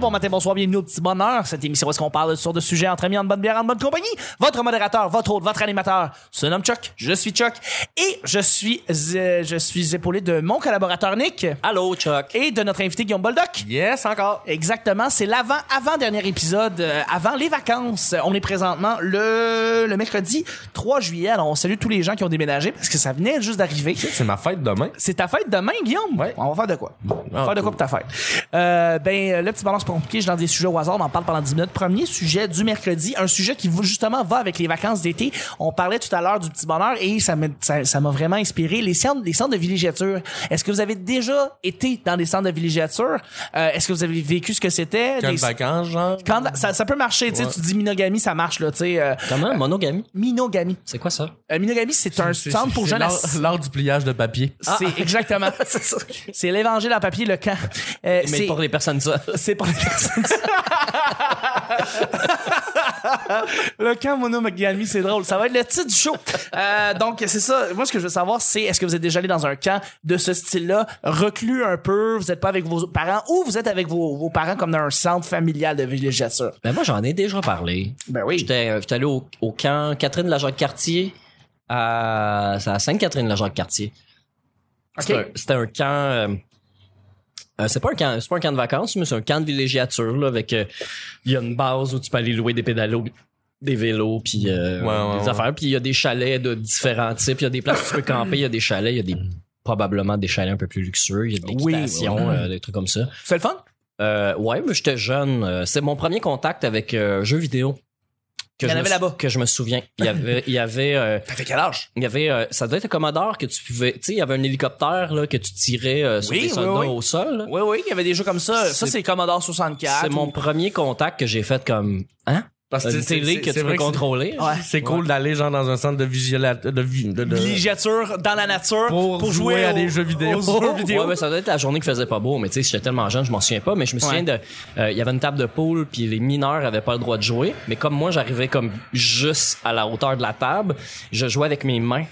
bon matin, bonsoir, bienvenue au Petit Bonheur. Cette émission où est-ce qu'on parle de ce genre de sujet entre amis, en bonne bière, en bonne compagnie. Votre modérateur, votre hôte, votre animateur se nomme Chuck. Je suis Chuck. Et je suis, euh, je suis épaulé de mon collaborateur Nick Allô, Chuck. et de notre invité Guillaume Boldoc. Yes, encore. Exactement, c'est l'avant-avant-dernier épisode, euh, avant les vacances. On est présentement le, le mercredi 3 juillet. Alors, on salue tous les gens qui ont déménagé parce que ça venait juste d'arriver. C'est ma fête demain. C'est ta fête demain, Guillaume? Ouais. On va faire de quoi? On va Ah, faire de quoi pour ta fête? Euh, ben, euh, le petit balance pour compliqué, je lance des sujets au hasard, on en parle pendant 10 minutes. Premier sujet du mercredi, un sujet qui vous- justement va avec les vacances d'été. On parlait tout à l'heure du petit bonheur et ça m'a ça, ça m'a vraiment inspiré. Les centres, les centres de villégiature. Est-ce que vous avez déjà été dans des centres de villégiature? Euh, Est-ce que vous avez vécu ce que c'était? Quand Des- de vacances, genre. Quand- ça, ça peut marcher, tu sais, tu dis monogamie, ça marche, là, tu sais. euh, Comment? Ah, Monogamie? minogamie. C'est quoi ça? Euh, minogamie, c'est un C'est- centre c'est- pour c'est jeunes l'art- assis- L'art du pliage de papier. C'est exactement. Ah. c'est l'évangile en papier, le camp. Euh, Mais c'est pour les personnes seules. c'est pour les personnes. le camp monogamie, c'est drôle. Ça va être le titre du show. Euh, donc, c'est ça. Moi, ce que je veux savoir, c'est est-ce que vous êtes déjà allé dans un camp de ce style-là, reclus un peu, vous n'êtes pas avec vos parents ou vous êtes avec vos, vos parents comme dans un centre familial de villégiature? Ben moi, j'en ai déjà parlé. Ben oui. J'étais euh, j'étais allé au, au camp Catherine de la Jacques-Cartier à, c'est à Sainte-Catherine de la Jacques-Cartier. C'était un- C'était un camp. euh, euh, c'est pas un camp, c'est pas un camp de vacances, mais c'est un camp de villégiature là, avec euh, il y a une base où tu peux aller louer des pédalos, des vélos, puis euh, Ouais, ouais, des ouais. affaires, puis il y a des chalets de différents types, il y a des places où tu peux camper, il y a des chalets, il y a des probablement des chalets un peu plus luxueux, il y a de Oui, l'équitation, ouais. euh, des trucs comme ça. C'est le fun? Euh, ouais, mais j'étais jeune. Euh, C'est mon premier contact avec euh, jeux vidéo. Que Il y en je me avait sou- là-bas. Que je me souviens. Il y avait, il y avait, euh, T'avais quel âge? il y avait euh, ça devait être un Commodore que tu pouvais, tu sais, il y avait un hélicoptère là, que tu tirais euh, sur Oui, les oui, soldats oui. au sol. là. Oui, oui, il y avait des jeux comme ça. Ça, C'est- c'est Commodore 64. C'est mon premier contact que j'ai fait comme, hein? Parce Une télé que tu peux contrôler. Ouais. C'est cool d'aller genre dans un centre de vigilance. De, vi- de- de- villégiature dans la nature pour, Pour jouer, jouer à aux- des jeux vidéo. aux jeux Ouais, vidéo. Ouais, mais ça doit être la journée qui faisait pas beau, mais tu sais, j'étais tellement jeune, je m'en souviens pas, mais je me souviens de, euh, il y avait une table de poule, puis les mineurs avaient pas le droit de jouer, mais comme moi, j'arrivais comme juste à la hauteur de la table, je jouais avec mes mains.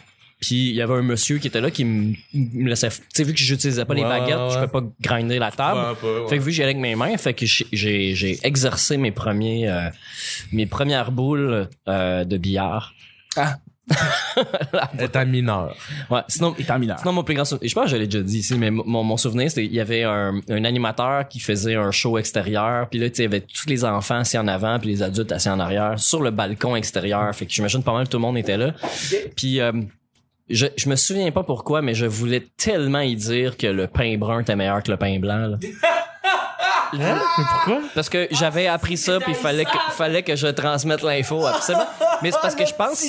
Puis il y avait un monsieur qui était là qui me me laissait, tu sais, vu que j'utilisais pas les Ouais, baguettes, ouais, je ouais. peux pas grinder la table. Ouais, un peu, ouais. Fait que vu que j'y allais avec mes mains, fait que j'ai- j'ai j'ai exercé mes premiers, euh, mes premières boules euh, de billard. étant mineur. Ouais, sinon, Étant mineur. Non, mon plus grand souvenir, je pense que je l'ai déjà dit ici, mais mon- mon, mon souvenir, c'était il y avait un, un animateur qui faisait un show extérieur, puis là, tu sais, il y avait tous les enfants assis en avant, puis les adultes assis en arrière, sur le balcon extérieur. Fait que j'imagine pas mal tout le monde était là. Puis euh, je, je me souviens pas pourquoi, mais je voulais tellement y dire que le pain brun était meilleur que le pain blanc. là. Pourquoi? Parce que j'avais appris ça, puis il fallait que, fallait que je transmette l'info, absolument. Mais c'est parce que je Ah, pense...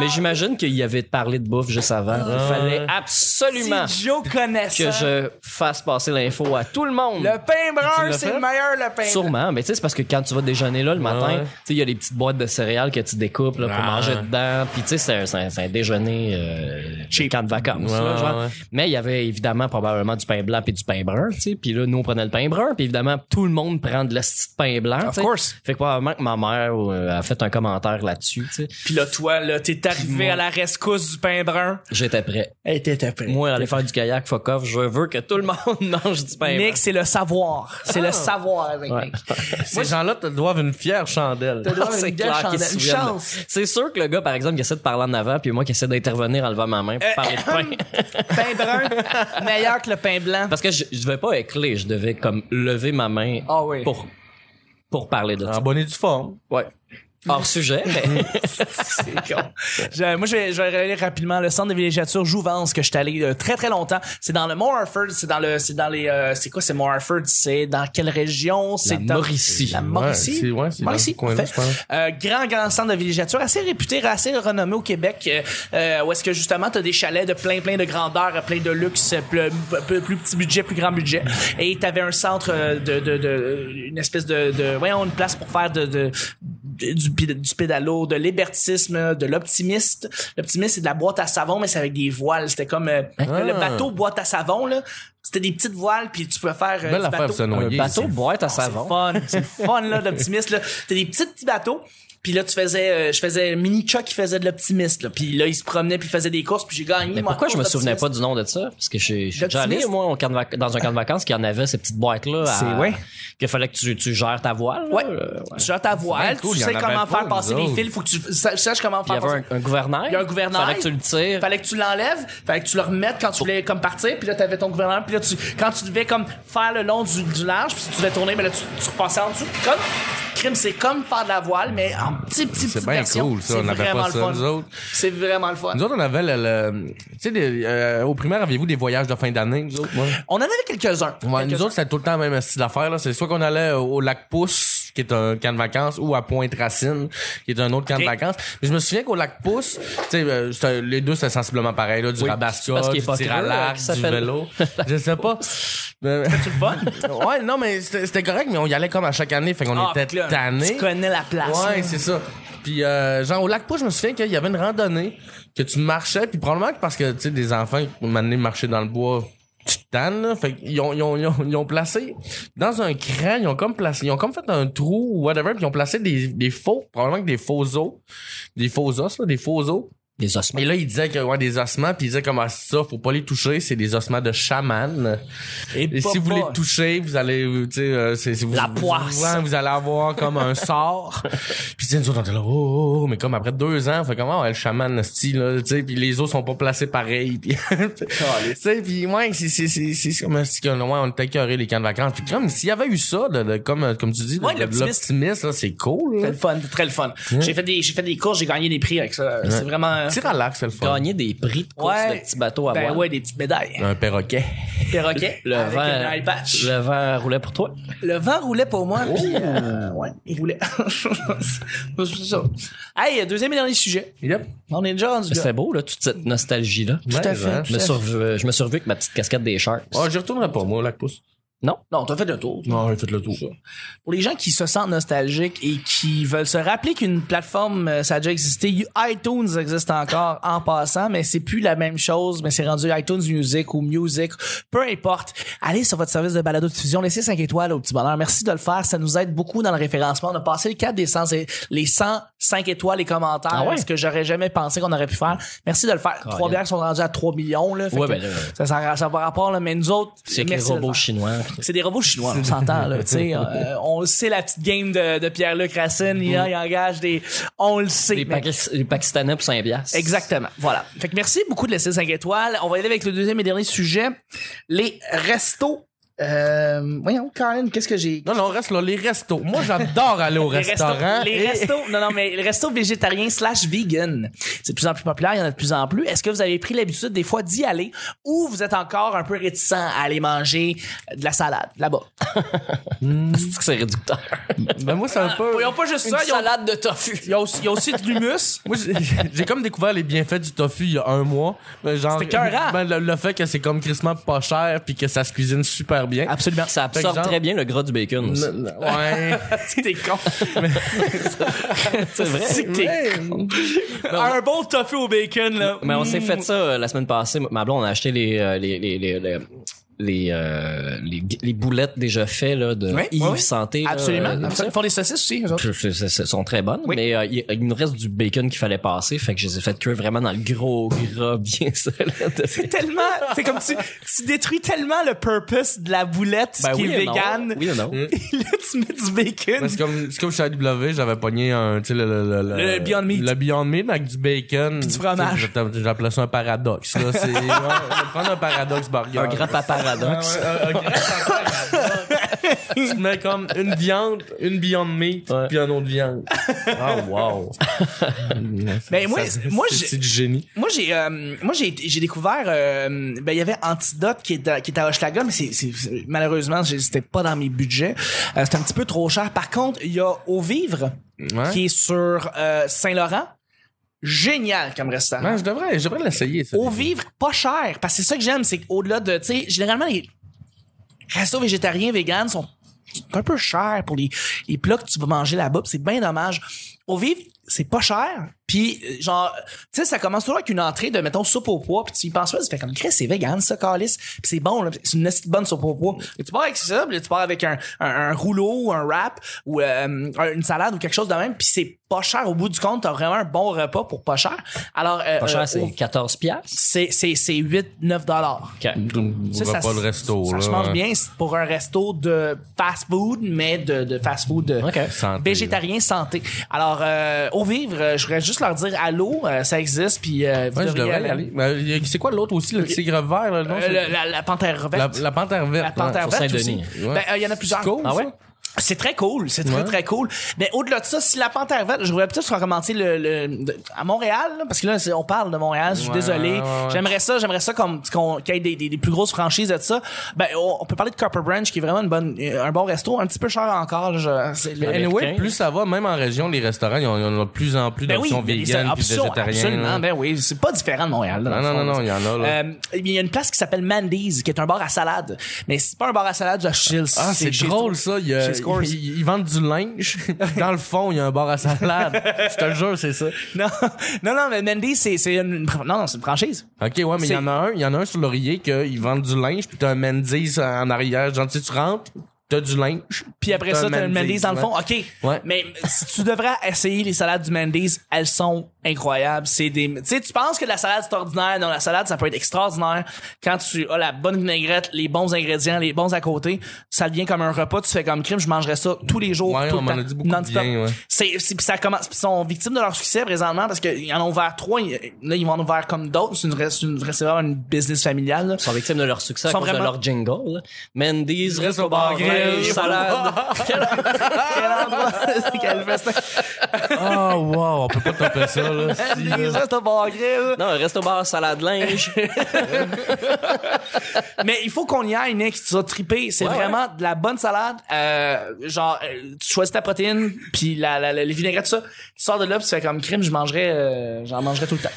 Mais j'imagine qu'il y avait parlé de bouffe juste avant. Ah. Il fallait absolument Si Joe connaît ça, que je fasse passer l'info à tout le monde. le pain Tu brun, l'as c'est fait? le meilleur, le pain brun. Sûrement, mais tu sais, c'est parce que quand tu vas déjeuner là le matin, ouais. tu sais, il y a les petites boîtes de céréales que tu découpes là, pour Ah. manger dedans. Puis tu sais, c'est un, c'est un- c'est un déjeuner euh, chez camp de vacances. Ouais, là, genre. ouais, ouais. Mais il y avait évidemment probablement du pain blanc puis du pain brun. tu sais. Puis là, nous, on prenait le pain brun. Puis évidemment, tout le monde prend de l'esti de pain blanc. tu sais. course. Fait que probablement que ma mère euh, a fait un commentaire là-dessus. tu sais. Puis là, toi, là, t'es arrivé à la rescousse du pain brun. J'étais prêt. Et t'étais prêt. Moi, aller faire du kayak, fuck off. Je veux que tout le monde mange du pain Nick, c'est le savoir. C'est Ah. le savoir avec Nick. Ces gens-là te doivent une fière chandelle. Te dois Ah, c'est une belle clair chandelle. qu'il se Une souvienne. chance. C'est sûr que le gars, par exemple, qui essaie de parler en avant, puis moi qui essaie d'intervenir en levant ma main pour parler de Euh, pain. Pain brun, meilleur que le pain blanc. Parce que je, je devais pas écler, je devais comme lever ma main Ah oui. pour, pour parler de Ah, En ça. bonne et due forme. Ouais. Hors sujet, mais Je- moi, je vais, je vais relayer rapidement le centre de villégiature Jouvence que je suis allé euh, très très longtemps. C'est dans le Mont Harford. C'est dans le, c'est dans les, euh, c'est quoi, c'est Mont Harford? C'est dans quelle région? C'est dans- Mauricie. La Ouais, Mauricie. c'est- ouais, c'est dans Mauricie. ce coin-là, parfait. je pense. Euh, grand grand centre de villégiature, assez réputé, assez renommé au Québec, euh, euh, où est-ce que justement t'as des chalets de plein plein de grandeur, plein de luxe, euh, plus, plus, plus petit budget, plus grand budget, et t'avais un centre euh, de, de, de- une espèce de, de voyons, une place pour faire de, de- de- du, pi- du pédalo, de l'hébertisme, de l'optimiste. Ah. L'optimiste c'est de la boîte à savon, mais c'est avec des voiles. C'était comme euh, le bateau boîte à savon là. C'était des petites voiles, puis tu pouvais faire euh, Belle du affaire bateau. pour se Un noyer. bateau boîte à C'est le savon. fun, c'est le fun là d'optimiste là. T'as des petits petits bateaux. Puis là, tu faisais, euh, je faisais mini Chuck qui faisait de l'optimiste. Là. Puis là, il se promenait, puis il faisait des courses, puis j'ai gagné. Mais moi, pourquoi à je me cause souvenais pas d'optimiste. du nom de ça? Parce que j'ai j'ai déjà L'optimiste. allé, moi, au camp de vac- dans un camp de vacances qui en avait ces petites boîtes-là. à- C'est- ouais. Qu'il fallait que tu, tu gères ta voile. là. Ouais. Euh, ouais. Tu as ta voile, C'est cool, tu il y sais en avait comment pas, faire nous passer les autres. fils, faut que tu sa- saches comment Puis faire il y passer. avait un, un gouverneur. Il y a un gouvernail. Fallait que tu le tires. Fallait que tu l'enlèves, fallait que tu le remettes quand tu voulais comme partir, puis là t'avais ton gouverneur, puis là tu quand tu devais comme faire le long du, du large, puis si tu devais tourner, mais là tu, tu repassais en dessous. Puis Comme crime, c'est comme faire de la voile, mais en petit petit C'est petit bien cool, ça. On n'avait pas ça, nous autres. C'est vraiment le fun. Nous autres, on avait le. le- tu sais, des- euh, au primaire, aviez-vous des voyages de fin d'année, nous autres? Ouais. On en avait quelques-uns. Ouais, Quelques-uns. nous autres, c'était tout le temps la même style d'affaire. là. C'est soit qu'on allait au, au lac Pousse, qui est un camp de vacances, ou à Pointe-Racine, qui est un autre camp Ok. de vacances. Mais je me souviens qu'au lac Pousse, tu sais, euh, c'était- les deux, c'était sensiblement pareil. Là, du Oui, rabasca, parce qu'il est du pas tir creux, à là, l'arc, qui du s'appelle- vélo. je sais pas. Euh, C'est le fun. ouais, non, mais c'était c'était correct, mais on y allait comme à chaque année. Fait qu'on Ah, était fait que là, tannés. Tu connais la place. Ouais, c'est ça. Puis euh, genre au lac Pouche, je me souviens qu'il y avait une randonnée que tu marchais, puis probablement que parce que tu sais des enfants qui m'amenaient marcher dans le bois, tu te tannes, là. fait qu'ils ont, ils ont, ils ont, ils ont placé dans un cran, ils ont comme placé, ils ont comme fait un trou ou whatever, puis ils ont placé des, des faux, probablement que des faux os, des faux os là, des faux os. Des ossements. Et là ils disaient que ouais des ossements, puis ils disaient comme ah, ça, faut pas les toucher, c'est des ossements de chaman. Et, Et si vous les papa, touchez, vous allez, euh, tu sais, euh, c'est, c'est- vous, La vous- poisse. ouais, Vous, allez avoir comme un sort. puis tu sais, nous autres, on était là, oh, oh, oh, mais comme après deux ans, on fait comment, ouais, le chaman, style, là, tu sais, puis les os sont pas placés pareil. Puis, tu sais, puis ouais, c'est, c'est, c'est, c'est, c'est comme un style, ouais, on était écœurés les camps de vacances. Puis comme s'il y avait eu ça, de, de- comme, euh, comme tu dis, de- Ouais, de- de l'optimiste. l'optimiste, là, c'est cool. Très Là. le fun, très le fun. J'ai fait des, j'ai fait des courses, j'ai gagné des prix avec ça. C'est vraiment. C'est relax, c'est le fun. Gagner des prix de course de petits bateaux à ben voile. ouais, des petites médailles. Un perroquet. Perroquet. Le avec un eye vent, patch. le vent roulait pour toi. Le vent roulait pour moi, puis euh, Oh. ouais, il roulait. c'est ça. Hey, deuxième et dernier sujet. Yep. On est déjà rendu là. C'était beau, là, toute cette nostalgie-là. Tout à Ouais, fait. hein. tout Je me, à fait. surv- je me survis avec ma petite casquette des Sharks. Oh, j'y retournerai pas, moi, au lac pouce. Non? Non, t'as fait le tour. Non, j'ai fait le tour. Pour les gens qui se sentent nostalgiques et qui veulent se rappeler qu'une plateforme, euh, ça a déjà existé, You- iTunes existe encore en passant, mais c'est plus la même chose, mais c'est rendu iTunes Music ou Music, peu importe. Allez sur votre service de balado diffusion, laissez 5 étoiles au petit bonheur. Merci de le faire, ça nous aide beaucoup dans le référencement. On a passé le cap des 100, c'est les 105 étoiles, les commentaires, Ah ouais? ce que j'aurais jamais pensé qu'on aurait pu faire. Merci de le faire. Trois bières sont rendues à 3 millions, là. Fait Ouais, que ben là. ça, ça, ça va rapport, là, mais nous autres, C'est avec les merci de le robots faire. chinois. C'est des robots chinois, on s'entend, là. tu sais, euh, on le sait, la petite game de, de Pierre-Luc Racine, il, il engage des. On le sait. Les, mais- Pakis- les Pakistanais pour 5 piastres. Exactement. Voilà. Fait que merci beaucoup de laisser 5 étoiles. On va y aller avec le deuxième et dernier sujet. Les restos. Euh, voyons, Colin, qu'est-ce que j'ai. Non, non, reste là, les restos. Moi, j'adore aller au Les restos- restaurant. les et- restos, non, non, mais les restos végétariens slash vegan, c'est de plus en plus populaire, il y en a de plus en plus. Est-ce que vous avez pris l'habitude des fois d'y aller ou vous êtes encore un peu réticent à aller manger de la salade là-bas? C'est que c'est réducteur. Ben moi, c'est un peu... Ils ont pas juste ça, ils ont salade de tofu. Il y a aussi, il y a aussi de l'humus. Moi, j'ai- j'ai comme découvert les bienfaits du tofu il y a un mois. Ben, genre, C'est écœurant. ben, le, le fait que c'est comme crissement pas cher puis que ça se cuisine super bien. Absolument. Ça Fait que absorbe genre- très bien le gras du bacon aussi. N- n- Ouais. T'es con. C'est vrai. C'est que t'es- Un bon tofu au bacon, là. Mm. Mais on s'est fait ça euh, la semaine passée. Ma blonde, on a acheté les, euh, les, les, les, les, les, euh, les- les boulettes déjà faites là, de Oui, Yves oui, oui. Santé. là, Absolument. euh, Absolument. Ils font des saucisses aussi, eux autres. Je- je- je- ce sont très bonnes, Oui. mais euh, il, il nous reste du bacon qu'il fallait passer, fait que je les ai fait cuire vraiment dans le gros gras bien solide. C'est tellement, c'est comme tu, tu détruis tellement le purpose de la boulette Ben qui oui est et non. vegan. Mm. Oui ou non? Et là, tu mets du bacon. Ben, c'est comme, c'est comme chez AW, j'avais pogné un, tu sais, le, le, Le Beyond Meat. Le Beyond Meat, mais avec du bacon. Puis du fromage. J'appelais ça un paradoxe, là. C'est, ouais, on va prendre un paradoxe burger. Un grand Ah Ouais, paparadoxe. un- un grand paradoxe. tu mets comme une viande, une Beyond Meat, Ouais. puis un autre viande. Oh, wow. Ben, Mais moi, Ça, moi, c'est- j'ai- c'est du génie. Moi j'ai euh, moi j'ai j'ai découvert euh, ben il y avait Antidote qui est à, qui est à Hochelaga mais c'est c'est- c'est- malheureusement j'ai- c'était pas dans mes budgets Euh, c'était un petit peu trop cher par contre il y a Au Vivre Ouais. qui est sur euh, Saint-Laurent génial comme restaurant Ouais, je devrais, je devrais l'essayer, ça. au vivre pas cher parce que c'est ça que j'aime c'est qu'au-delà de tu sais généralement les restos végétariens véganes sont un peu chers pour les, les plats que tu vas manger là-bas puis c'est bien dommage au vivre c'est pas cher. Puis, euh, genre, tu sais, ça commence toujours avec une entrée de, mettons, soupe au poids. Puis tu y penses pas, tu fais comme, Chris, c'est vegan, ça, calice. Puis c'est bon, là. C'est une petite bonne soupe au poids. Et tu pars avec ça, puis là, tu pars avec un, un, un rouleau, ou un wrap, ou euh, une salade, ou quelque chose de même. Puis c'est pas cher. Au bout du compte, t'as vraiment un bon repas pour pas cher. Alors, euh, Pas euh, cher, c'est au- 14 piastres. c'est, c'est, c'est 8, 9 dollars. OK. Ça, On ça pas se- le resto. Ça là, se mange ouais. bien c'est pour un resto de fast food, mais de, de fast food euh, OK. Santé, végétarien santé. Alors, euh, au vivre, euh, je voudrais juste leur dire allô, euh, ça existe, puis euh, vous Ouais, je devriez devrais aller. y aller. Mais il y a- C'est quoi l'autre aussi, le tigre vert? Là, le nom, Euh, c'est- le- la, la panthère la, verte. la panthère La verte. panthère sur verte aussi. Saint-Denis. Ben, euh, Il Ouais. y en a plusieurs. C'est cool, Ah ouais? ça. C'est très cool, c'est très Ouais. très cool. Mais au-delà de ça, si la panthère verte, je voudrais peut-être recommencer le, le- de- à Montréal, là, parce que là c'est- on parle de Montréal, je suis Ouais, désolé. ouais, ouais. J'aimerais ça, j'aimerais ça comme qu'on qu'il y ait des, des- des plus grosses franchises de ça. Ben on, on peut parler de Copper Branch qui est vraiment une bonne un bon resto, un petit peu cher encore. Je, c'est le- Américain. Anyway, plus ça va, même en région, les restaurants, il y en il y en a de plus en plus ben oui, d'options il y a des véganes puis options, végétariennes. absolument. là. Ben oui, c'est pas différent de Montréal. là, dans Non, le non, fond, là. non, non, il y en a, là. Euh, il y a une place qui s'appelle Mandy's, qui est un bar à salade. Mais c'est pas un bar à salade, je chill. Ah, c'est chez- drôle ça. Il y a- chez Scores. ils, ils vendent du linge. Dans le fond, il y a un bar à salade. Je te le jure, c'est ça. Non, non, non, mais Mandy, c'est c'est une, non, non, c'est une franchise. Ok, ouais, mais il y en a un, il y en a un sur Laurier qu'ils vendent du linge, puis t'as un Mendy's en arrière. Genre, tu sais, tu rentres, t'as du linge. Puis après ça, t'as une Mandy's dans le fond. ouais. OK. Ouais. Mais si tu devrais essayer les salades du Mandy's, elles sont incroyables. C'est des, tu sais, tu penses que la salade c'est ordinaire. Non, la salade, ça peut être extraordinaire. Quand tu as la bonne vinaigrette, les bons ingrédients, les bons à côté, ça devient comme un repas. Tu fais comme crime, je mangerais ça tous les jours. Ouais, tout on le m'en temps, a dit beaucoup de non-stop. bien, ouais. C'est, c'est- puis ça commence, puis ils sont victimes de leur succès présentement parce qu'ils en ont ouvert trois. ils- Là, ils vont en ouvrir comme d'autres. C'est une, vraie- c'est une, vraie- c'est vraiment une business familiale, là. Ils sont victimes de leur succès à Sont cause de vraiment- leur jingle. là. Mendy's, Resto Resto Bar Bar, Grill, Grill, Salade. Quel endroit, quel festin. Ah, wow, on peut pas taper ça, là. si, Les là. restes au bar grill. Non, Resto Bar, Salade Linge. Mais il faut qu'on y aille, Nick. Tu vas triper. C'est Ouais, vraiment de la bonne salade. Euh, genre, euh, tu choisis ta protéine, puis la, la, la- les vinaigrettes, tout ça. Tu sors de là, puis tu fais comme crime, je mangerais, euh, j'en mangerais tout le temps.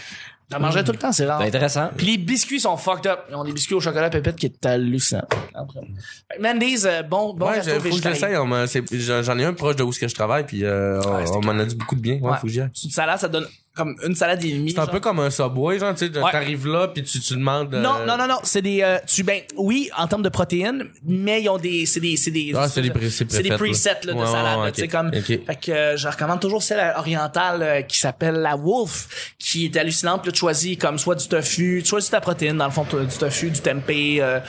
J'en mangerais tout le temps, c'est rare. C'est intéressant. Puis les biscuits sont fucked up. Ils ont des biscuits au chocolat pépite qui est hallucinant. Après. Mandy's, euh, bon, bon ouais, resto je- faut que végétarien. Ah, j'essaye. on m'a- c'est- J'en j'en ai un proche de où ce que je travaille, puis euh, on- c'est on m'en a dit beaucoup de bien. Ouais, Ouais. faut que j'y aille. C'est une salade, ça donne comme une salade et demie. C'est un genre. peu comme un subway, genre, tu sais, Ouais. t'arrives là, puis tu, tu demandes. euh, Non, non, non, non. C'est des. euh, tu, ben, oui, en termes de protéines, mais ils ont des. C'est des. C'est des, Ah, c'est des pré- c'est c'est des préfaites, presets là, là. de Ouais, salade. ouais, là, ouais, tu sais, ok. comme, Ok. Fait que euh, je recommande toujours celle orientale euh, qui s'appelle la Wolf, qui est hallucinante. Puis Là, tu choisis comme soit du tofu, tu choisis ta protéine, dans le fond, tu- du tofu, du tempeh, euh,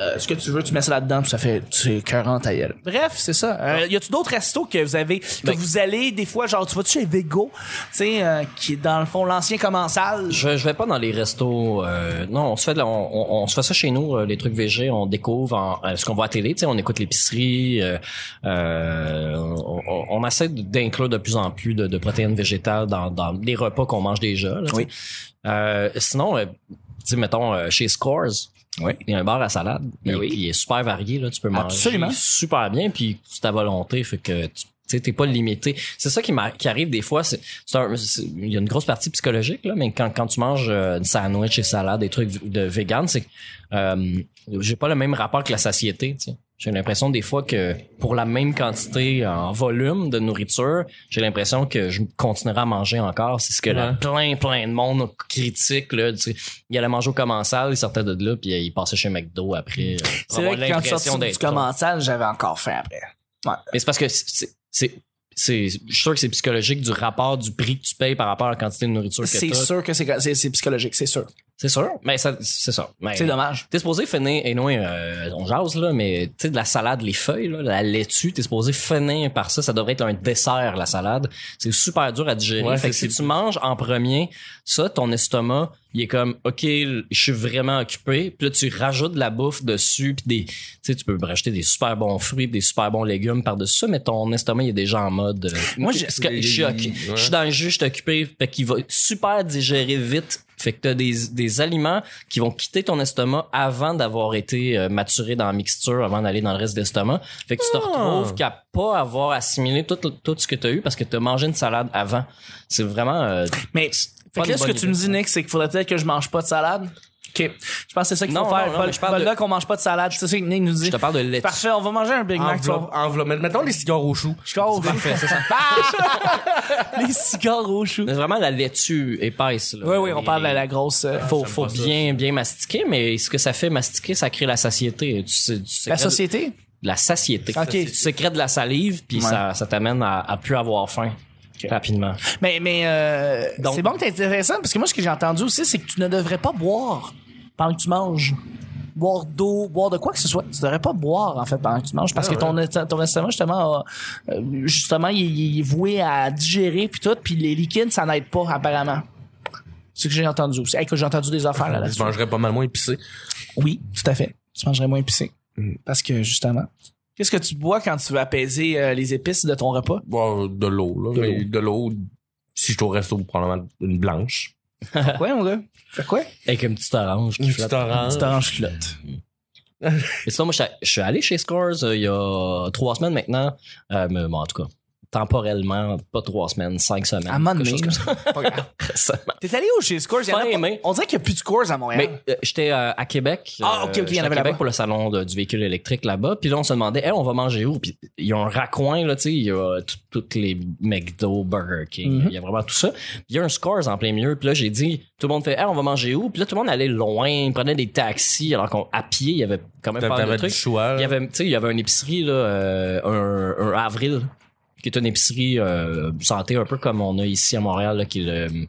euh, ce que tu veux, tu mets ça là-dedans, puis ça fait. C'est écœurant ta gueule. Bref, c'est ça. Euh, y a-tu d'autres restos que vous avez. que Ben vous allez des fois, genre, tu vas-tu chez Vego, tu sais, euh, qui est dans le fond l'ancien commensal. Je, je vais pas dans les restos. euh, non, on se fait de la- on, on- on se fait ça chez nous, euh, les trucs végés. On découvre en- euh, ce qu'on voit à télé. Tu sais, on écoute l'épicerie. euh, euh, on, on- on essaie d'inclure de plus en plus de, de protéines végétales dans, dans les repas qu'on mange déjà. là, tu sais. Oui. Euh, sinon, euh, tu sais, mettons euh, chez Scores. Oui. Ben Il y a un bar à salade. Il, il est super varié. Là, tu peux manger Absolument. super bien. Puis c'est ta volonté, fait que tu tu sais, t'es pas limité. C'est ça qui, m'a- qui arrive des fois. c'est- c'est un- c'est- Il y a une grosse partie psychologique, là, mais quand, quand tu manges euh, une sandwich et salade, des trucs de vegan, c'est que euh, j'ai pas le même rapport que la satiété. tu sais. J'ai l'impression des fois que pour la même quantité en volume de nourriture, j'ai l'impression que je continuerai à manger encore. C'est ce que là, Ouais. plein, plein de monde critique. Là, tu sais. Il allait manger au commensal, il sortait de là, puis euh, il passait chez McDo après. euh, pour C'est avoir vrai que quand je l'impression sortais du d'être- commensal, j'avais encore faim après. mais c'est parce que c'est- c'est. c'est- c'est- je suis sûr que c'est psychologique du rapport du prix que tu payes par rapport à la quantité de nourriture que tu C'est sûr que c'est c'est- c'est psychologique, c'est sûr. C'est sûr. Mais ça, c'est ça. Mais- C'est dommage. T'es supposé finir, et non, euh, on jase, là, mais tu sais, de la salade, les feuilles, là, la laitue, t'es supposé finir par ça. Ça devrait être un dessert, la salade. C'est super dur à digérer. Ouais, fait que c'est- si tu manges en premier, ça, ton estomac, il est comme, OK, je suis vraiment occupé. Puis là, tu rajoutes de la bouffe dessus, puis des, tu sais, tu peux racheter des super bons fruits, des super bons légumes par-dessus ça, mais ton estomac, il est déjà en mode, euh, Moi, j'ai- parce que je suis oc- je suis dans le jus, je suis occupé, fait qu'il va super digérer vite. Fait que t'as des, des aliments qui vont quitter ton estomac avant d'avoir été euh, maturé dans la mixture, avant d'aller dans le reste de l'estomac. Fait que tu te Ah! retrouves qu'à pas avoir assimilé tout, tout ce que t'as eu parce que t'as mangé une salade avant. C'est vraiment... euh, Mais fait pas que là, une ce que bonne tu me idée. dis, Nick, c'est qu'il faudrait peut-être que je mange pas de salade. OK. Je pense que c'est ça qu'il faut Non, faire. non, non, Paul, mais je parle Paul de- Duck, on mange pas de salade. C'est ça qu'il nous dit. Je te parle de lettuce. Parfait, on va manger un Big Mac. tu Enveloppe, vois. enveloppe. Mais Mettons les cigares au chou. Je suis au Parfait, c'est ça. Les cigares au chou. Mais vraiment la laitue épaisse. là. Oui, oui, on Et- parle de la grosse. euh, Faut, faut bien, bien mastiquer, mais ce que ça fait mastiquer, ça crée la satiété. Tu, sais- tu La sécrètes- société? La satiété. Ok. Tu sécrètes de la salive, puis ça, ça t'amène à, à plus avoir faim rapidement. Mais, mais euh, Donc- c'est bon que t'es intéressant parce que moi, ce que j'ai entendu aussi, c'est que tu ne devrais pas boire pendant que tu manges. Boire d'eau, boire de quoi que ce soit. Tu devrais pas boire, en fait, pendant que tu manges parce que ton, est- ton estomac, justement, a- euh, justement, il, il est voué à digérer puis tout, puis les liquides, ça n'aide pas, apparemment. C'est ce que j'ai entendu aussi. Hey, que j'ai entendu des affaires là, là-dessus. Je mangerais pas mal moins épicé. Oui, tout à fait. Tu mangerais moins épicé. Parce que, justement. Qu'est-ce que tu bois quand tu veux apaiser euh, les épices de ton repas? Bon, de l'eau, là. Mais De l'eau. Si je suis au resto, probablement une blanche. Quoi, mon gars? Fais quoi? Avec une petite orange qui flotte. orange. Tu t'arranges culotte. Et sinon, moi, je je suis allé chez Scores euh, il y a trois semaines maintenant. Euh, mais bon, en tout cas, temporellement, pas trois semaines, cinq semaines. À un moment quelque donné, chose comme ça. Pas grave. Récemment. T'es allé où chez Scores? Il y en a Fin pas- mai. On dirait qu'il n'y a plus de Scores à Montréal. Mais euh, j'étais euh, à Québec. euh, Ah, ok, ok, il y en j'étais avait à Québec là-bas. pour le salon de- du véhicule électrique là-bas. Puis là, on se demandait, hey, on va manger où? Puis il y a un raccoin, là, tu sais, il y a tout- toutes les McDo, Burger King, Mhm. il y a vraiment tout ça. Puis il y a un Scores en plein milieu. Puis là, j'ai dit, tout le monde fait, hey, on va manger où? Puis là, tout le monde allait loin, ils prenaient des taxis, alors qu'on à pied, il y avait quand même pas mal de T'avais du trucs. choix. là. Il y avait, tu sais, il y avait une épicerie, là, euh, un, un avril, qui est une épicerie euh, santé un peu comme on a ici à Montréal, là, qui est le-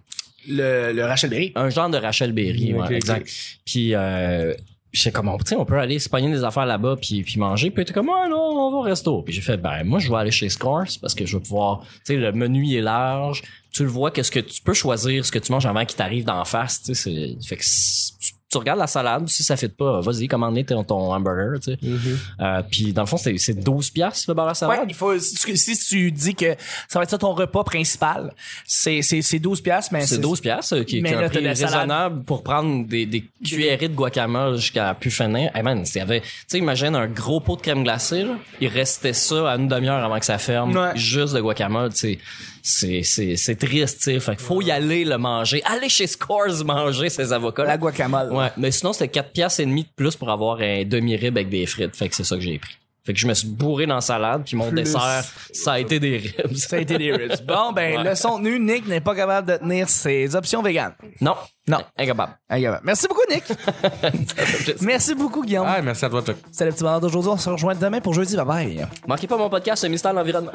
Le, le Rachel Berry. un genre de Rachel Berry, Ok, ouais, ok. exact. Puis, euh, j'étais comme, on- tu sais, on peut aller se pogner des affaires là-bas puis, puis manger. Puis, t'es comme, ah non, on va au resto. Puis, j'ai fait, ben, moi, je vais aller chez Scores parce que je veux pouvoir, tu sais, le menu il est large. Tu le vois, qu'est-ce que tu peux choisir, ce que tu manges avant qu'il t'arrive d'en face, tu sais. c'est- Fait que si tu, tu regardes la salade, si ça fit pas, vas-y, commande ton, ton hamburger, tu sais. Mm-hmm. Euh, puis, dans le fond, c'est c'est 12 piastres, le bar à Ouais, salade. il faut, si, tu, si tu dis que ça va être ça ton repas principal, c'est c'est- Ben, c'est 12 piastres, mais C'est 12 piastres, euh, qui, Mais qui est là, un t'as de prix la salade. raisonnable pour prendre des, des cuillerées de guacamole jusqu'à pu finir. Hey man, s'il y avait, tu sais, imagine un gros pot de crème glacée, là, il restait ça à une demi-heure avant que ça ferme, Ouais. juste de guacamole, tu sais. C'est, c'est, c'est triste, tu sais. Fait qu'il faut y aller le manger. Aller chez Scores manger ces avocats. La guacamole. Ouais, mais sinon, c'était 4 piastres et demi de plus pour avoir un demi-rib avec des frites. Fait que c'est ça que j'ai pris. Fait que je me suis bourré dans la salade, puis mon Plus. dessert, ça a été des ribs. Ça a été des ribs. Bon, ben, Ouais. le contenu, Nick n'est pas capable de tenir ses options véganes. Non. Non. Incapable. Incapable. Merci beaucoup, Nick. Merci beaucoup, Guillaume. Ah, merci à toi, Chuck. C'était le petit bonheur d'aujourd'hui. On se rejoint demain pour jeudi. Bye bye. Manquez pas mon podcast, le mystère de l'environnement.